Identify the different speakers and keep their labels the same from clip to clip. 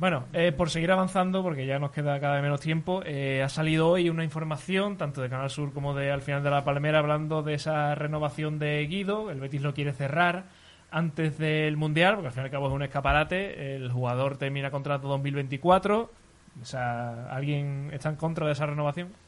Speaker 1: Bueno, eh, por seguir avanzando, porque ya nos queda cada vez menos tiempo, eh, ha salido hoy una información, tanto de Canal Sur como de Al final de la Palmera, hablando de esa renovación de Guido. El Betis lo quiere cerrar antes del Mundial, porque al fin y al cabo es un escaparate. El jugador termina contrato 2024. O sea, ¿alguien está en contra de esa renovación?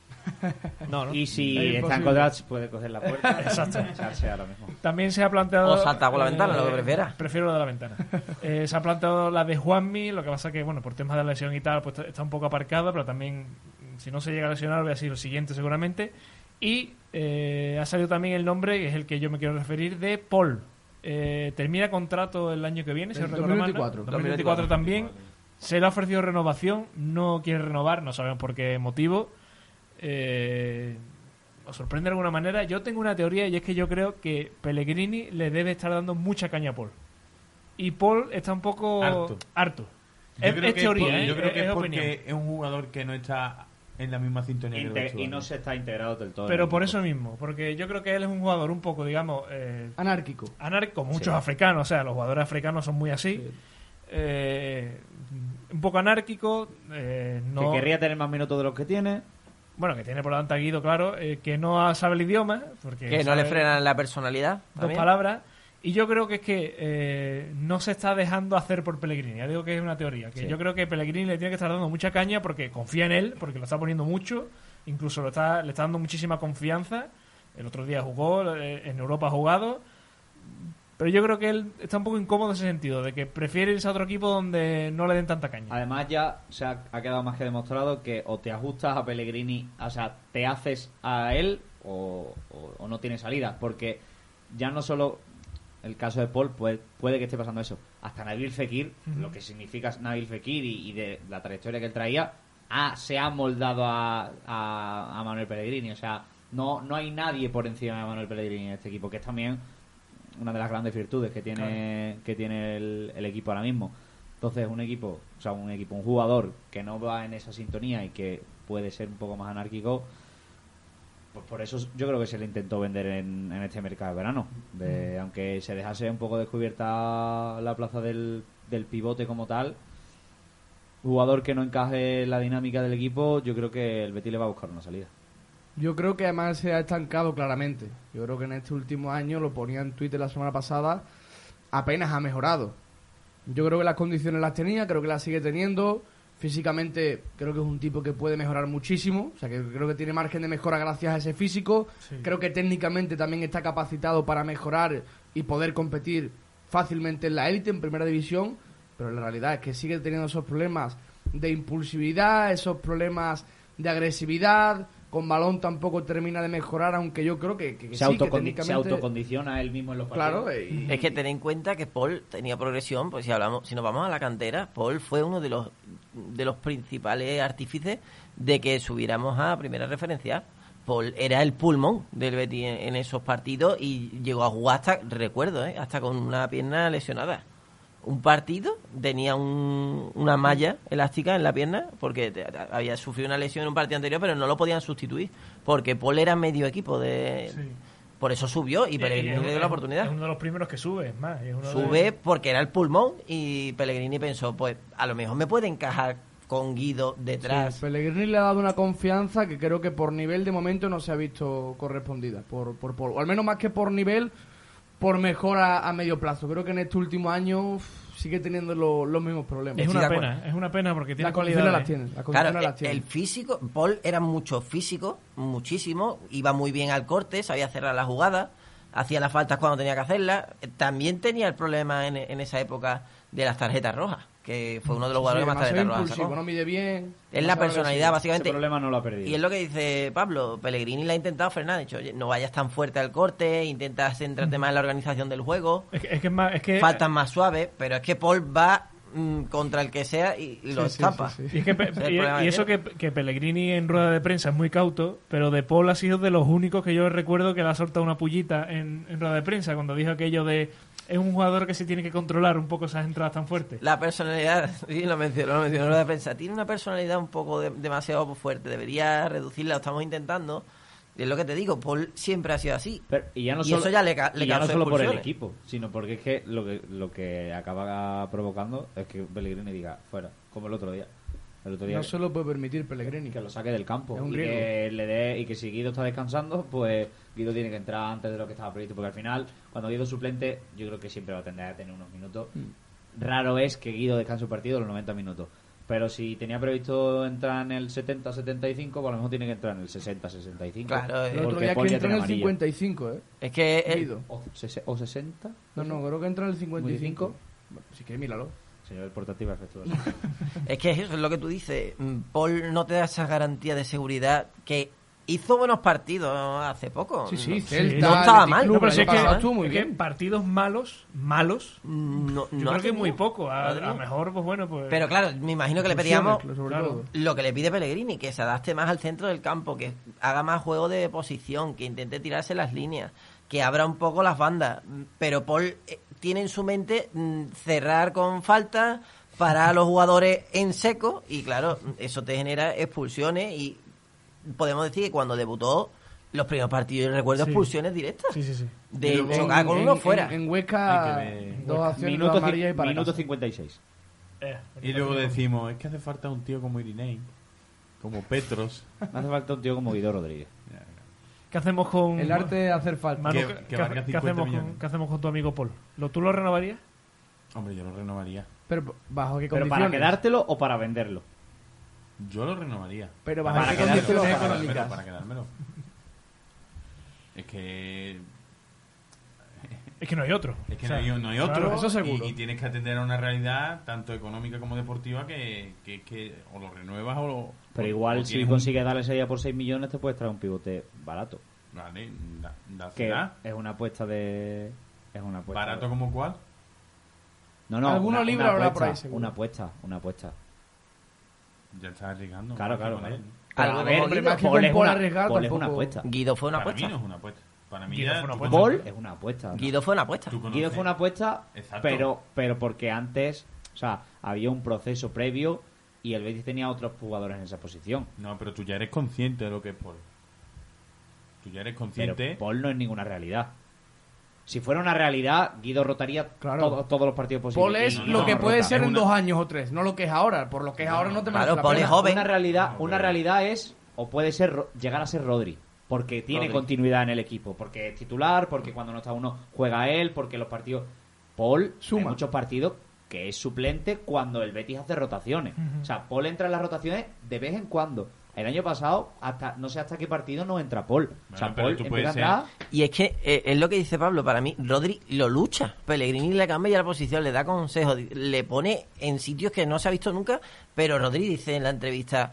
Speaker 1: No, ¿no?
Speaker 2: Y si
Speaker 1: Es
Speaker 2: está en
Speaker 1: imposible.
Speaker 2: Codrats, puede coger la puerta
Speaker 1: Exacto.
Speaker 2: y echarse ahora mismo.
Speaker 1: También se ha planteado. eh,
Speaker 3: O salta por la ventana, lo que prefieras.
Speaker 1: Prefiero la de la ventana. Eh, se ha planteado la de Juanmi, lo que pasa que, bueno, por temas de lesión y tal, pues está- está un poco aparcada, pero también, mm, si no se llega a lesionar, voy a ser lo siguiente seguramente. Y eh, ha salido también el nombre, que es el que yo me quiero referir, de Paul. Eh, termina contrato el año que viene, si
Speaker 4: El
Speaker 1: no recuerdo mal, ¿no?
Speaker 4: 2024.
Speaker 1: 2024 también. Se le ha ofrecido renovación, no quiere renovar, no sabemos por qué motivo. Eh, ¿Os sorprende de alguna manera? Yo tengo una teoría y es que yo creo que Pellegrini le debe estar dando mucha caña a Paul. Y Paul está un poco
Speaker 5: Harto. Yo
Speaker 1: Es,
Speaker 5: creo
Speaker 1: es
Speaker 5: que
Speaker 1: teoría,
Speaker 5: por-
Speaker 1: ¿eh?
Speaker 5: Yo creo que
Speaker 1: es,
Speaker 5: es
Speaker 1: opinión.
Speaker 5: porque es un jugador que no está en la misma sintonía que
Speaker 2: Inte-
Speaker 5: el
Speaker 2: y no se está integrado del todo. en
Speaker 1: Pero
Speaker 2: el
Speaker 1: por
Speaker 2: equipo.
Speaker 1: eso mismo, porque yo creo que él es un jugador un poco, digamos, eh,
Speaker 4: Anárquico.
Speaker 1: anárquico, muchos africanos, o sea, los jugadores africanos son muy así. Eh, un poco anárquico, eh, no...
Speaker 2: Que querría tener más minutos de los que tiene.
Speaker 1: bueno, que tiene por lo tanto a Guido, claro, eh, que no sabe el idioma, porque
Speaker 3: Que no le
Speaker 1: sabe
Speaker 3: frenan la personalidad.
Speaker 1: dos
Speaker 3: también.
Speaker 1: palabras. Y yo creo que es que eh, no se está dejando hacer por Pellegrini. Ya digo que es una teoría. Que
Speaker 3: Sí.
Speaker 1: yo creo que Pellegrini le tiene que estar dando mucha caña porque confía en él, porque lo está poniendo mucho, incluso lo está, le está dando muchísima confianza. El otro día jugó, eh, en Europa ha jugado. Pero yo creo que él está un poco incómodo en ese sentido, de que prefiere irse a otro equipo donde no le den tanta
Speaker 3: Ah,
Speaker 1: caña.
Speaker 2: Además, ya se ha, ha quedado más que demostrado que o te ajustas a Pellegrini, o sea, te haces a él o, o- o no tienes salida. Porque ya no solo el caso de Paul, puede, puede que esté pasando eso. Hasta Nabil Fekir, lo que significa Nabil Fekir y, y de la trayectoria que él traía, ha- se ha moldado a, a- a Manuel Pellegrini. O sea, no, no hay nadie por encima de Manuel Pellegrini en este equipo, que es también una de las grandes virtudes que tiene que tiene el, el equipo ahora mismo. Entonces, un equipo, o sea, un equipo, un jugador que no va en esa sintonía y que puede ser un poco más anárquico, pues por eso yo creo que se le intentó vender en, en este mercado de verano. De, Aunque se dejase un poco descubierta la plaza del, del pivote como tal, jugador que no encaje en la dinámica del equipo, yo creo que el Betis le va a buscar una salida.
Speaker 4: Yo creo que además se ha estancado claramente. Yo creo que en este último año, lo ponía en Twitter la semana pasada, apenas ha mejorado. Yo creo que las condiciones las tenía, creo que las sigue teniendo. Físicamente creo que es un tipo que puede mejorar muchísimo, o sea que creo que tiene margen de mejora gracias a ese físico. Creo que técnicamente también está capacitado para mejorar y poder competir fácilmente en la élite, en primera división, pero la realidad es que sigue teniendo esos problemas de impulsividad, esos problemas de agresividad, con balón tampoco termina de mejorar, aunque yo creo que, que- que
Speaker 2: Se,
Speaker 4: sí, que
Speaker 2: autocondi- se
Speaker 4: técnicamente-
Speaker 2: autocondiciona él mismo en los partidos.
Speaker 4: Claro, eh, y-
Speaker 3: Es que ten en cuenta que Paul tenía progresión, pues si hablamos, si nos vamos a la cantera, Paul fue uno de los de los principales artífices de que subiéramos a primera referencia. Paul era el pulmón del Betis en, en esos partidos y llegó a jugar hasta, recuerdo, ¿eh? hasta con una pierna lesionada. Un partido tenía un- una malla elástica en la pierna porque te- había sufrido una lesión en un partido anterior, pero no lo podían sustituir porque Paul era medio equipo de.
Speaker 1: Sí.
Speaker 3: Por eso subió y Pellegrini
Speaker 1: es-
Speaker 3: le dio la
Speaker 1: es-
Speaker 3: oportunidad
Speaker 1: Es uno de los primeros que sube, es más. es uno de-
Speaker 3: sube porque era el pulmón y Pellegrini pensó, pues a lo mejor me puede encajar con Guido detrás.
Speaker 4: Sí, Pellegrini le ha dado una confianza que creo que por nivel de momento no se ha visto correspondida. Por, por, por- o al menos más que por nivel, por mejora a medio plazo. Creo que en este último año uf, sigue teniendo lo- los mismos problemas.
Speaker 1: Es
Speaker 3: Estoy
Speaker 1: una
Speaker 3: de
Speaker 1: pena, es una pena porque tiene
Speaker 4: Las condiciones
Speaker 1: cualidades.
Speaker 4: las tiene. las
Speaker 3: Claro, eh,
Speaker 4: condiciones las
Speaker 3: el-
Speaker 4: tiene.
Speaker 3: el físico, Paul era mucho físico, muchísimo, iba muy bien al corte, sabía cerrar la jugada, hacía las faltas cuando tenía que hacerlas. También tenía el problema en, en esa época de las tarjetas rojas, que fue uno de los
Speaker 4: Sí,
Speaker 3: jugadores que más
Speaker 4: demasiado
Speaker 3: tarjetas rojas
Speaker 4: impulsivo,
Speaker 3: sacó.
Speaker 4: no mide bien.
Speaker 3: Es la
Speaker 4: demasiado
Speaker 3: personalidad,
Speaker 4: agresivo.
Speaker 2: Ese
Speaker 3: básicamente.
Speaker 2: problema no lo ha perdido.
Speaker 3: Y es lo que dice Pablo, Pellegrini la ha intentado frenar, ha dicho, "Oye, no vayas tan fuerte al corte, intenta centrarte más en la organización del juego,
Speaker 1: Es que es, que es más, es que
Speaker 3: faltas más suaves, pero es que Paul va mm, contra el que sea y, y lo
Speaker 4: Sí, sí,
Speaker 3: estampa.
Speaker 4: sí, sí.
Speaker 1: Y, es que Pe-
Speaker 3: Ese es el
Speaker 1: y-
Speaker 3: problema
Speaker 1: y
Speaker 3: que
Speaker 1: eso que, que Pellegrini en rueda de prensa es muy cauto, pero De Paul ha sido de los únicos que yo recuerdo que le ha soltado una pullita en, en rueda de prensa cuando dijo aquello de es un jugador que se tiene que controlar un poco esas entradas tan fuertes.
Speaker 3: La personalidad, sí, lo mencionó, lo mencionó en la prensa, tiene una personalidad un poco de- demasiado fuerte, debería reducirla, lo estamos intentando. Y es lo que te digo, Paul siempre ha sido así.
Speaker 2: Pero- y ya no
Speaker 3: Y
Speaker 2: solo,
Speaker 3: eso ya le ca- le
Speaker 2: y ya no
Speaker 3: causó
Speaker 2: solo por el
Speaker 3: expulsiones.
Speaker 2: equipo, sino porque es que lo que, lo que acaba provocando es que Pellegrini diga fuera, como el otro día. El otro día
Speaker 4: No
Speaker 2: que-
Speaker 4: se lo puede permitir Pellegrini.
Speaker 2: que lo saque del campo
Speaker 4: Es un
Speaker 2: y
Speaker 4: riesgo.
Speaker 2: que, le dé, y que si Guido está descansando, pues Guido tiene que entrar antes de lo que estaba previsto, porque al final, cuando Guido es suplente, yo creo que siempre va a tener a tener unos minutos.
Speaker 4: Mm.
Speaker 2: Raro es que Guido descanse un partido los 90 minutos, pero si tenía previsto entrar en el 70-75, pues a lo mejor tiene que entrar en el 60-65.
Speaker 3: Claro, eh.
Speaker 4: El otro
Speaker 2: porque
Speaker 4: día
Speaker 2: Paul
Speaker 4: que
Speaker 2: ya
Speaker 4: entra en
Speaker 2: tiene
Speaker 4: el
Speaker 2: amarilla.
Speaker 4: 55, ¿eh?
Speaker 3: Es que él-
Speaker 4: Guido.
Speaker 2: O, sese- o 60.
Speaker 4: No, no, creo que entra en el 55.
Speaker 2: 55.
Speaker 4: Bueno, si quieres, míralo.
Speaker 2: Señor, el portátil es afectuoso.
Speaker 3: Es que eso es lo que tú dices. Mm, Paul no te da esa garantía de seguridad que hizo buenos partidos hace poco.
Speaker 4: Sí, sí,
Speaker 3: No-
Speaker 4: Celta,
Speaker 3: no estaba mal.
Speaker 4: Athletic Club,
Speaker 3: No,
Speaker 1: No, pero
Speaker 4: el
Speaker 1: si es
Speaker 4: año
Speaker 1: que,
Speaker 4: pasado estuvo muy
Speaker 1: es que
Speaker 4: bien.
Speaker 1: partidos malos, malos,
Speaker 3: Mm, No,
Speaker 1: yo
Speaker 3: no
Speaker 1: creo
Speaker 3: ha
Speaker 1: que
Speaker 3: tenido.
Speaker 1: muy poco.
Speaker 3: No
Speaker 1: A,
Speaker 3: ha
Speaker 1: a
Speaker 3: tenido.
Speaker 1: lo mejor, pues bueno, pues...
Speaker 3: Pero claro, me imagino que le pedíamos
Speaker 4: Sobre
Speaker 1: Claro.
Speaker 4: todo.
Speaker 3: lo que le pide Pellegrini, que se adapte más al centro del campo, que haga más juego de posición, que intente tirarse las líneas, que abra un poco las bandas. Pero Paul eh, tiene en su mente mm, cerrar con falta, parar a los jugadores en seco y claro, eso te genera expulsiones y podemos decir que cuando debutó los primeros partidos, yo recuerdo
Speaker 1: Sí.
Speaker 3: expulsiones directas.
Speaker 1: Sí, sí, sí.
Speaker 3: De
Speaker 4: En-
Speaker 3: chocar con
Speaker 4: en-
Speaker 3: uno fuera.
Speaker 4: En, en Huesca,
Speaker 5: Hay que ver.
Speaker 4: dos acciones
Speaker 2: minuto
Speaker 4: dos amarillas y
Speaker 2: cin-
Speaker 4: para
Speaker 2: minuto
Speaker 4: casa.
Speaker 2: 56.
Speaker 1: Eh,
Speaker 5: Y luego decimos, es que hace falta un tío como Irinei, como Petros.
Speaker 2: No hace falta un tío como Guido Rodríguez.
Speaker 1: ¿Qué hacemos con...
Speaker 4: El arte de hacer falta.
Speaker 1: Manu,
Speaker 5: Que-
Speaker 1: ¿qué-
Speaker 5: que
Speaker 1: qué,
Speaker 5: valga
Speaker 1: qué
Speaker 5: 50
Speaker 1: hacemos con,
Speaker 5: millones.
Speaker 1: qué hacemos con tu amigo Paul? ¿Lo, ¿Tú lo renovarías?
Speaker 5: Hombre, yo lo renovaría.
Speaker 4: Pero bajo qué
Speaker 2: Pero
Speaker 4: condiciones.
Speaker 2: para quedártelo o para venderlo.
Speaker 5: Yo lo renovaría.
Speaker 4: Pero bajo
Speaker 5: para,
Speaker 4: qué
Speaker 5: quedármelo,
Speaker 4: condiciones
Speaker 5: para
Speaker 4: económicas.
Speaker 5: quedármelo, para quedármelo. Es que...
Speaker 1: Es que no hay otro.
Speaker 5: Es que
Speaker 1: O sea,
Speaker 5: no, hay, no hay otro.
Speaker 1: claro,
Speaker 4: eso seguro.
Speaker 5: Y, y tienes que atender a una realidad tanto económica como deportiva que, que, que o lo renuevas o lo...
Speaker 2: Pero
Speaker 5: o- o
Speaker 2: igual, si
Speaker 5: tienes un-
Speaker 2: consigues darle ese día por 6 millones, te puedes traer un pivote barato.
Speaker 5: Vale, da, da
Speaker 2: Que Pues
Speaker 5: será.
Speaker 2: es una apuesta de. Es una apuesta.
Speaker 5: Barato como cual.
Speaker 2: No, no,
Speaker 4: Alguno
Speaker 2: una,
Speaker 4: libre
Speaker 2: una
Speaker 4: habrá
Speaker 2: apuesta,
Speaker 4: por ahí, seguro.
Speaker 2: Una apuesta, una apuesta.
Speaker 5: Ya estás arriesgando.
Speaker 2: Claro,
Speaker 5: Hay que
Speaker 2: claro,
Speaker 5: poner-
Speaker 2: claro.
Speaker 3: Algo
Speaker 2: Pero,
Speaker 3: como
Speaker 4: Guido. Más que
Speaker 2: Paul
Speaker 4: con
Speaker 2: es
Speaker 4: Paul
Speaker 2: una-
Speaker 4: arriesgar,
Speaker 2: Paul es una
Speaker 4: tampoco-
Speaker 2: apuesta.
Speaker 3: Guido fue una
Speaker 5: Para mí
Speaker 3: apuesta.
Speaker 5: no es una apuesta. Para mí
Speaker 1: Guido
Speaker 5: ya
Speaker 1: fue una
Speaker 5: tú
Speaker 1: apuesta.
Speaker 2: Paul
Speaker 5: conoces-
Speaker 2: es una apuesta.
Speaker 3: Guido fue una apuesta.
Speaker 5: tú conoces-
Speaker 2: Guido fue una apuesta,
Speaker 5: Exacto.
Speaker 2: pero pero porque antes, o sea, había un proceso previo y el Betis tenía otros jugadores en esa posición.
Speaker 5: No, pero tú ya eres consciente de lo que es Paul. Tú ya eres
Speaker 2: Pero
Speaker 5: consciente.
Speaker 2: Paul no es ninguna realidad. Si fuera una realidad, Guido rotaría
Speaker 4: Claro.
Speaker 2: todo- todos los partidos posibles.
Speaker 4: Paul es
Speaker 2: Y
Speaker 5: No,
Speaker 4: lo
Speaker 5: no,
Speaker 4: que
Speaker 5: no,
Speaker 4: puede
Speaker 5: rota.
Speaker 4: ser
Speaker 5: Es
Speaker 4: en
Speaker 5: una-
Speaker 4: dos años o tres, no lo que es ahora. Por lo que es ahora no te
Speaker 3: Claro,
Speaker 4: merece la
Speaker 3: Paul es
Speaker 4: pena.
Speaker 3: joven.
Speaker 2: Una realidad,
Speaker 5: No,
Speaker 2: una
Speaker 5: pero-
Speaker 2: realidad es o puede ser Ro- llegar a ser Rodri, porque tiene
Speaker 3: Rodri.
Speaker 2: continuidad en el equipo, porque es titular, porque cuando no está uno juega él, porque los partidos Paul
Speaker 4: Suma.
Speaker 2: hay muchos partidos que es suplente cuando el Betis hace rotaciones. O sea, Paul entra en las rotaciones de vez en cuando. El año pasado hasta no sé hasta qué partido no entra Paul. o sea,
Speaker 5: Bueno, pero
Speaker 2: Paul
Speaker 5: tú
Speaker 2: empieza a
Speaker 5: puedes ser-
Speaker 2: entrar
Speaker 3: Y es que eh, es lo que dice Pablo, para mí Rodri lo lucha, Pellegrini le cambia ya la posición, le da consejos, di- le pone en sitios que no se ha visto nunca, pero Rodri dice en la entrevista,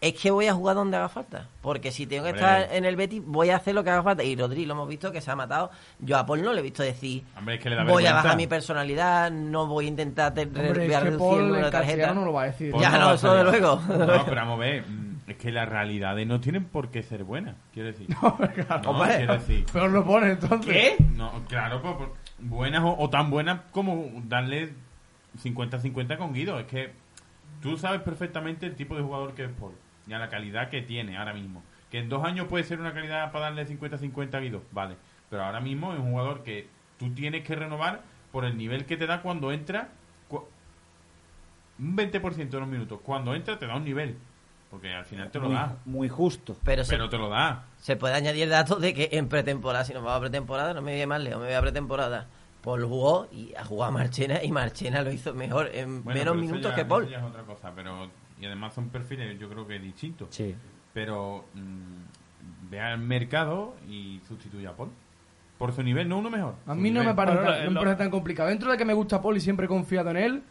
Speaker 3: es que voy a jugar donde haga falta, porque si tengo que
Speaker 5: Hombre.
Speaker 3: estar en el Betis voy a hacer lo que haga falta. Y Rodri lo hemos visto que se ha matado, yo a Paul no le he visto decir,
Speaker 5: Hombre, es que le da
Speaker 3: voy a
Speaker 5: vergüenza.
Speaker 3: bajar mi personalidad, no voy a intentar te-
Speaker 4: Hombre,
Speaker 3: voy a
Speaker 4: es que
Speaker 3: reducir el
Speaker 4: Paul
Speaker 3: número
Speaker 4: en
Speaker 3: de
Speaker 4: castellano
Speaker 3: tarjetas.
Speaker 4: no lo va a decir.
Speaker 5: Paul
Speaker 3: Ya, no,
Speaker 5: va a
Speaker 3: eso de
Speaker 5: salir.
Speaker 3: luego.
Speaker 5: No, pero vamos a ver. mm, Es que las realidades no tienen por qué ser buenas, quiero decir. No,
Speaker 4: Hombre,
Speaker 5: quiero decir.
Speaker 4: Pero lo pone entonces.
Speaker 5: No, claro, pues, por- buenas o, o tan buenas como darle 50-50 con Guido. Es que tú sabes perfectamente el tipo de jugador que es Paul y a la calidad que tiene ahora mismo. Que en dos años puede ser una calidad para darle 50-50 a Guido, vale. Pero ahora mismo es un jugador que tú tienes que renovar por el nivel que te da cuando entra. cu- un 20% de los minutos. Cuando entra te da un nivel. Porque al final te lo
Speaker 2: muy,
Speaker 5: da.
Speaker 2: muy justo.
Speaker 3: Pero se,
Speaker 5: Pero te lo da.
Speaker 3: Se puede añadir datos de que en pretemporada, si nos vamos a pretemporada, no me voy a más lejos, me voy a pretemporada. Paul jugó y ha jugado a Marchena y Marchena lo hizo mejor en menos
Speaker 5: Bueno, pero eso
Speaker 3: minutos
Speaker 5: ya-
Speaker 3: que
Speaker 5: eso
Speaker 3: Paul.
Speaker 5: ya es otra cosa, pero y además son perfiles yo creo que distintos.
Speaker 2: Sí.
Speaker 5: Pero mm, ve al mercado y sustituye a Paul. Por su nivel, no uno mejor.
Speaker 4: A
Speaker 5: Su
Speaker 4: mí no
Speaker 5: nivel.
Speaker 4: me parece,
Speaker 1: Bueno, lo-
Speaker 4: tan, no me parece tan complicado. Dentro de que me gusta Paul y siempre he confiado en él,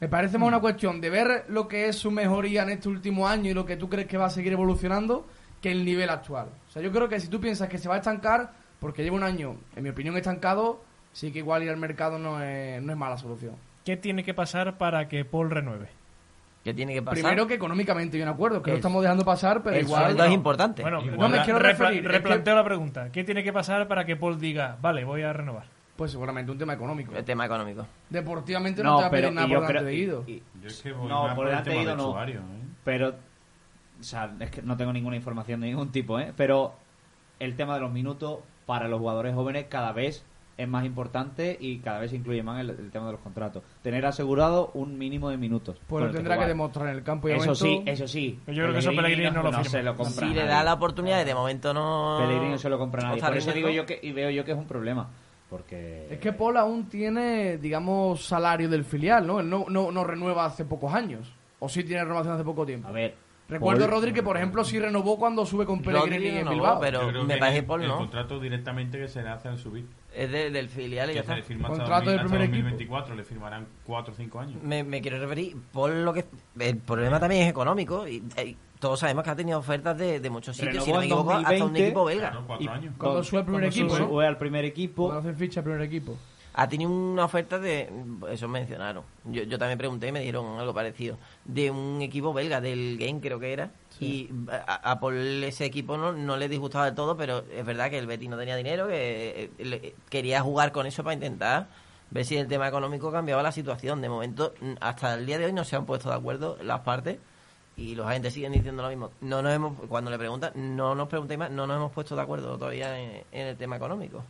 Speaker 4: me parece más una cuestión de ver lo que es su mejoría en este último año y lo que tú crees que va a seguir evolucionando que el nivel actual. O sea, yo creo que si tú piensas que se va a estancar, porque lleva un año, en mi opinión, estancado, sí que igual ir al mercado no es, no es mala solución.
Speaker 1: ¿Qué tiene que pasar para que Paul renueve?
Speaker 3: ¿Qué tiene que pasar?
Speaker 4: Primero que económicamente hay un acuerdo, que lo
Speaker 3: El-
Speaker 4: estamos dejando pasar, pero
Speaker 3: el
Speaker 4: igual...
Speaker 3: sueldo es importante.
Speaker 1: Bueno,
Speaker 5: Igual
Speaker 1: no me
Speaker 5: la-
Speaker 1: quiero
Speaker 4: repla-
Speaker 1: referir.
Speaker 4: replanteo
Speaker 1: Replanteo la pregunta. ¿Qué tiene que pasar para que Paul diga, vale, voy a renovar?
Speaker 4: Pues seguramente un tema económico.
Speaker 3: el tema económico.
Speaker 4: Deportivamente no, te va a pedir nada
Speaker 2: y
Speaker 4: por
Speaker 2: yo
Speaker 4: delante
Speaker 2: creo-
Speaker 4: de Guido.
Speaker 2: y- y-
Speaker 5: Yo es que voy
Speaker 2: no,
Speaker 5: más
Speaker 2: por delante
Speaker 5: el
Speaker 2: de
Speaker 5: tema
Speaker 2: Guido
Speaker 5: del
Speaker 2: no.
Speaker 5: usuario, ¿eh?
Speaker 2: Pero, o sea, es que no tengo ninguna información de ningún tipo, ¿eh? Pero el tema de los minutos para los jugadores jóvenes cada vez es más importante y cada vez se incluye más el, el tema de los contratos. Tener asegurado un mínimo de minutos.
Speaker 4: Pues
Speaker 2: con
Speaker 4: lo
Speaker 2: el
Speaker 4: tendrá que
Speaker 2: jugar.
Speaker 4: demostrar en el campo y
Speaker 2: Eso
Speaker 4: momento-
Speaker 2: sí, eso sí.
Speaker 1: Pero yo creo que eso Pellegrini no lo firma.
Speaker 2: se lo compra
Speaker 3: Si le
Speaker 2: nadie.
Speaker 3: da la oportunidad, de momento no.
Speaker 2: Pellegrini no se lo compra
Speaker 3: no
Speaker 2: nadie.
Speaker 3: está
Speaker 2: Por eso digo
Speaker 3: rindiendo.
Speaker 2: yo que, y veo yo que es un problema. Porque.
Speaker 4: Es que Paul aún tiene, digamos, salario del filial, ¿no? Él no, no, no renueva hace pocos años. O sí tiene renovación hace poco tiempo.
Speaker 2: A ver.
Speaker 4: Recuerdo a
Speaker 2: Paul-
Speaker 4: Rodri que, por ejemplo, sí renovó cuando sube con
Speaker 3: Rodri
Speaker 4: Pellegrini en
Speaker 3: renovó,
Speaker 4: Bilbao.
Speaker 3: pero-
Speaker 5: Yo creo
Speaker 3: me
Speaker 5: que
Speaker 3: parece
Speaker 5: el,
Speaker 3: Paul,
Speaker 5: el
Speaker 3: ¿no?
Speaker 5: contrato directamente que se le hace al subir.
Speaker 3: Es de- del filial y ya
Speaker 5: Que se
Speaker 3: está.
Speaker 5: le firma
Speaker 4: Contrato del
Speaker 5: hasta, 2000, hasta
Speaker 4: primer equipo.
Speaker 5: 2024, le firmarán 4 o 5 años.
Speaker 3: Me, me quiero referir, por lo que. El problema también es económico y, eh, todos sabemos que ha tenido ofertas de, de muchos
Speaker 2: Renovó
Speaker 3: sitios, si no me
Speaker 2: en
Speaker 3: equivoco, hasta un
Speaker 2: 2020.
Speaker 3: equipo belga.
Speaker 5: Claro, 4 años.
Speaker 4: Cuando sube al primer
Speaker 2: cuando
Speaker 4: equipo, ¿no?
Speaker 2: Sube al primer equipo.
Speaker 4: Cuando hacen ficha al primer equipo.
Speaker 3: Ha tenido una oferta de. Eso mencionaron. Yo, yo también pregunté y me dijeron algo parecido. De un equipo belga, del Game creo que era. Y a, a por ese equipo no, no le disgustaba del todo, pero es verdad que el Betis no tenía dinero, que eh, le- quería jugar con eso para intentar ver si el tema económico cambiaba la situación. De momento, mm, hasta el día de hoy no se han puesto de acuerdo las partes. Y los agentes siguen diciendo lo mismo. No nos hemos, cuando le preguntan, no nos preguntéis más, no nos hemos puesto de acuerdo todavía en- en el tema económico.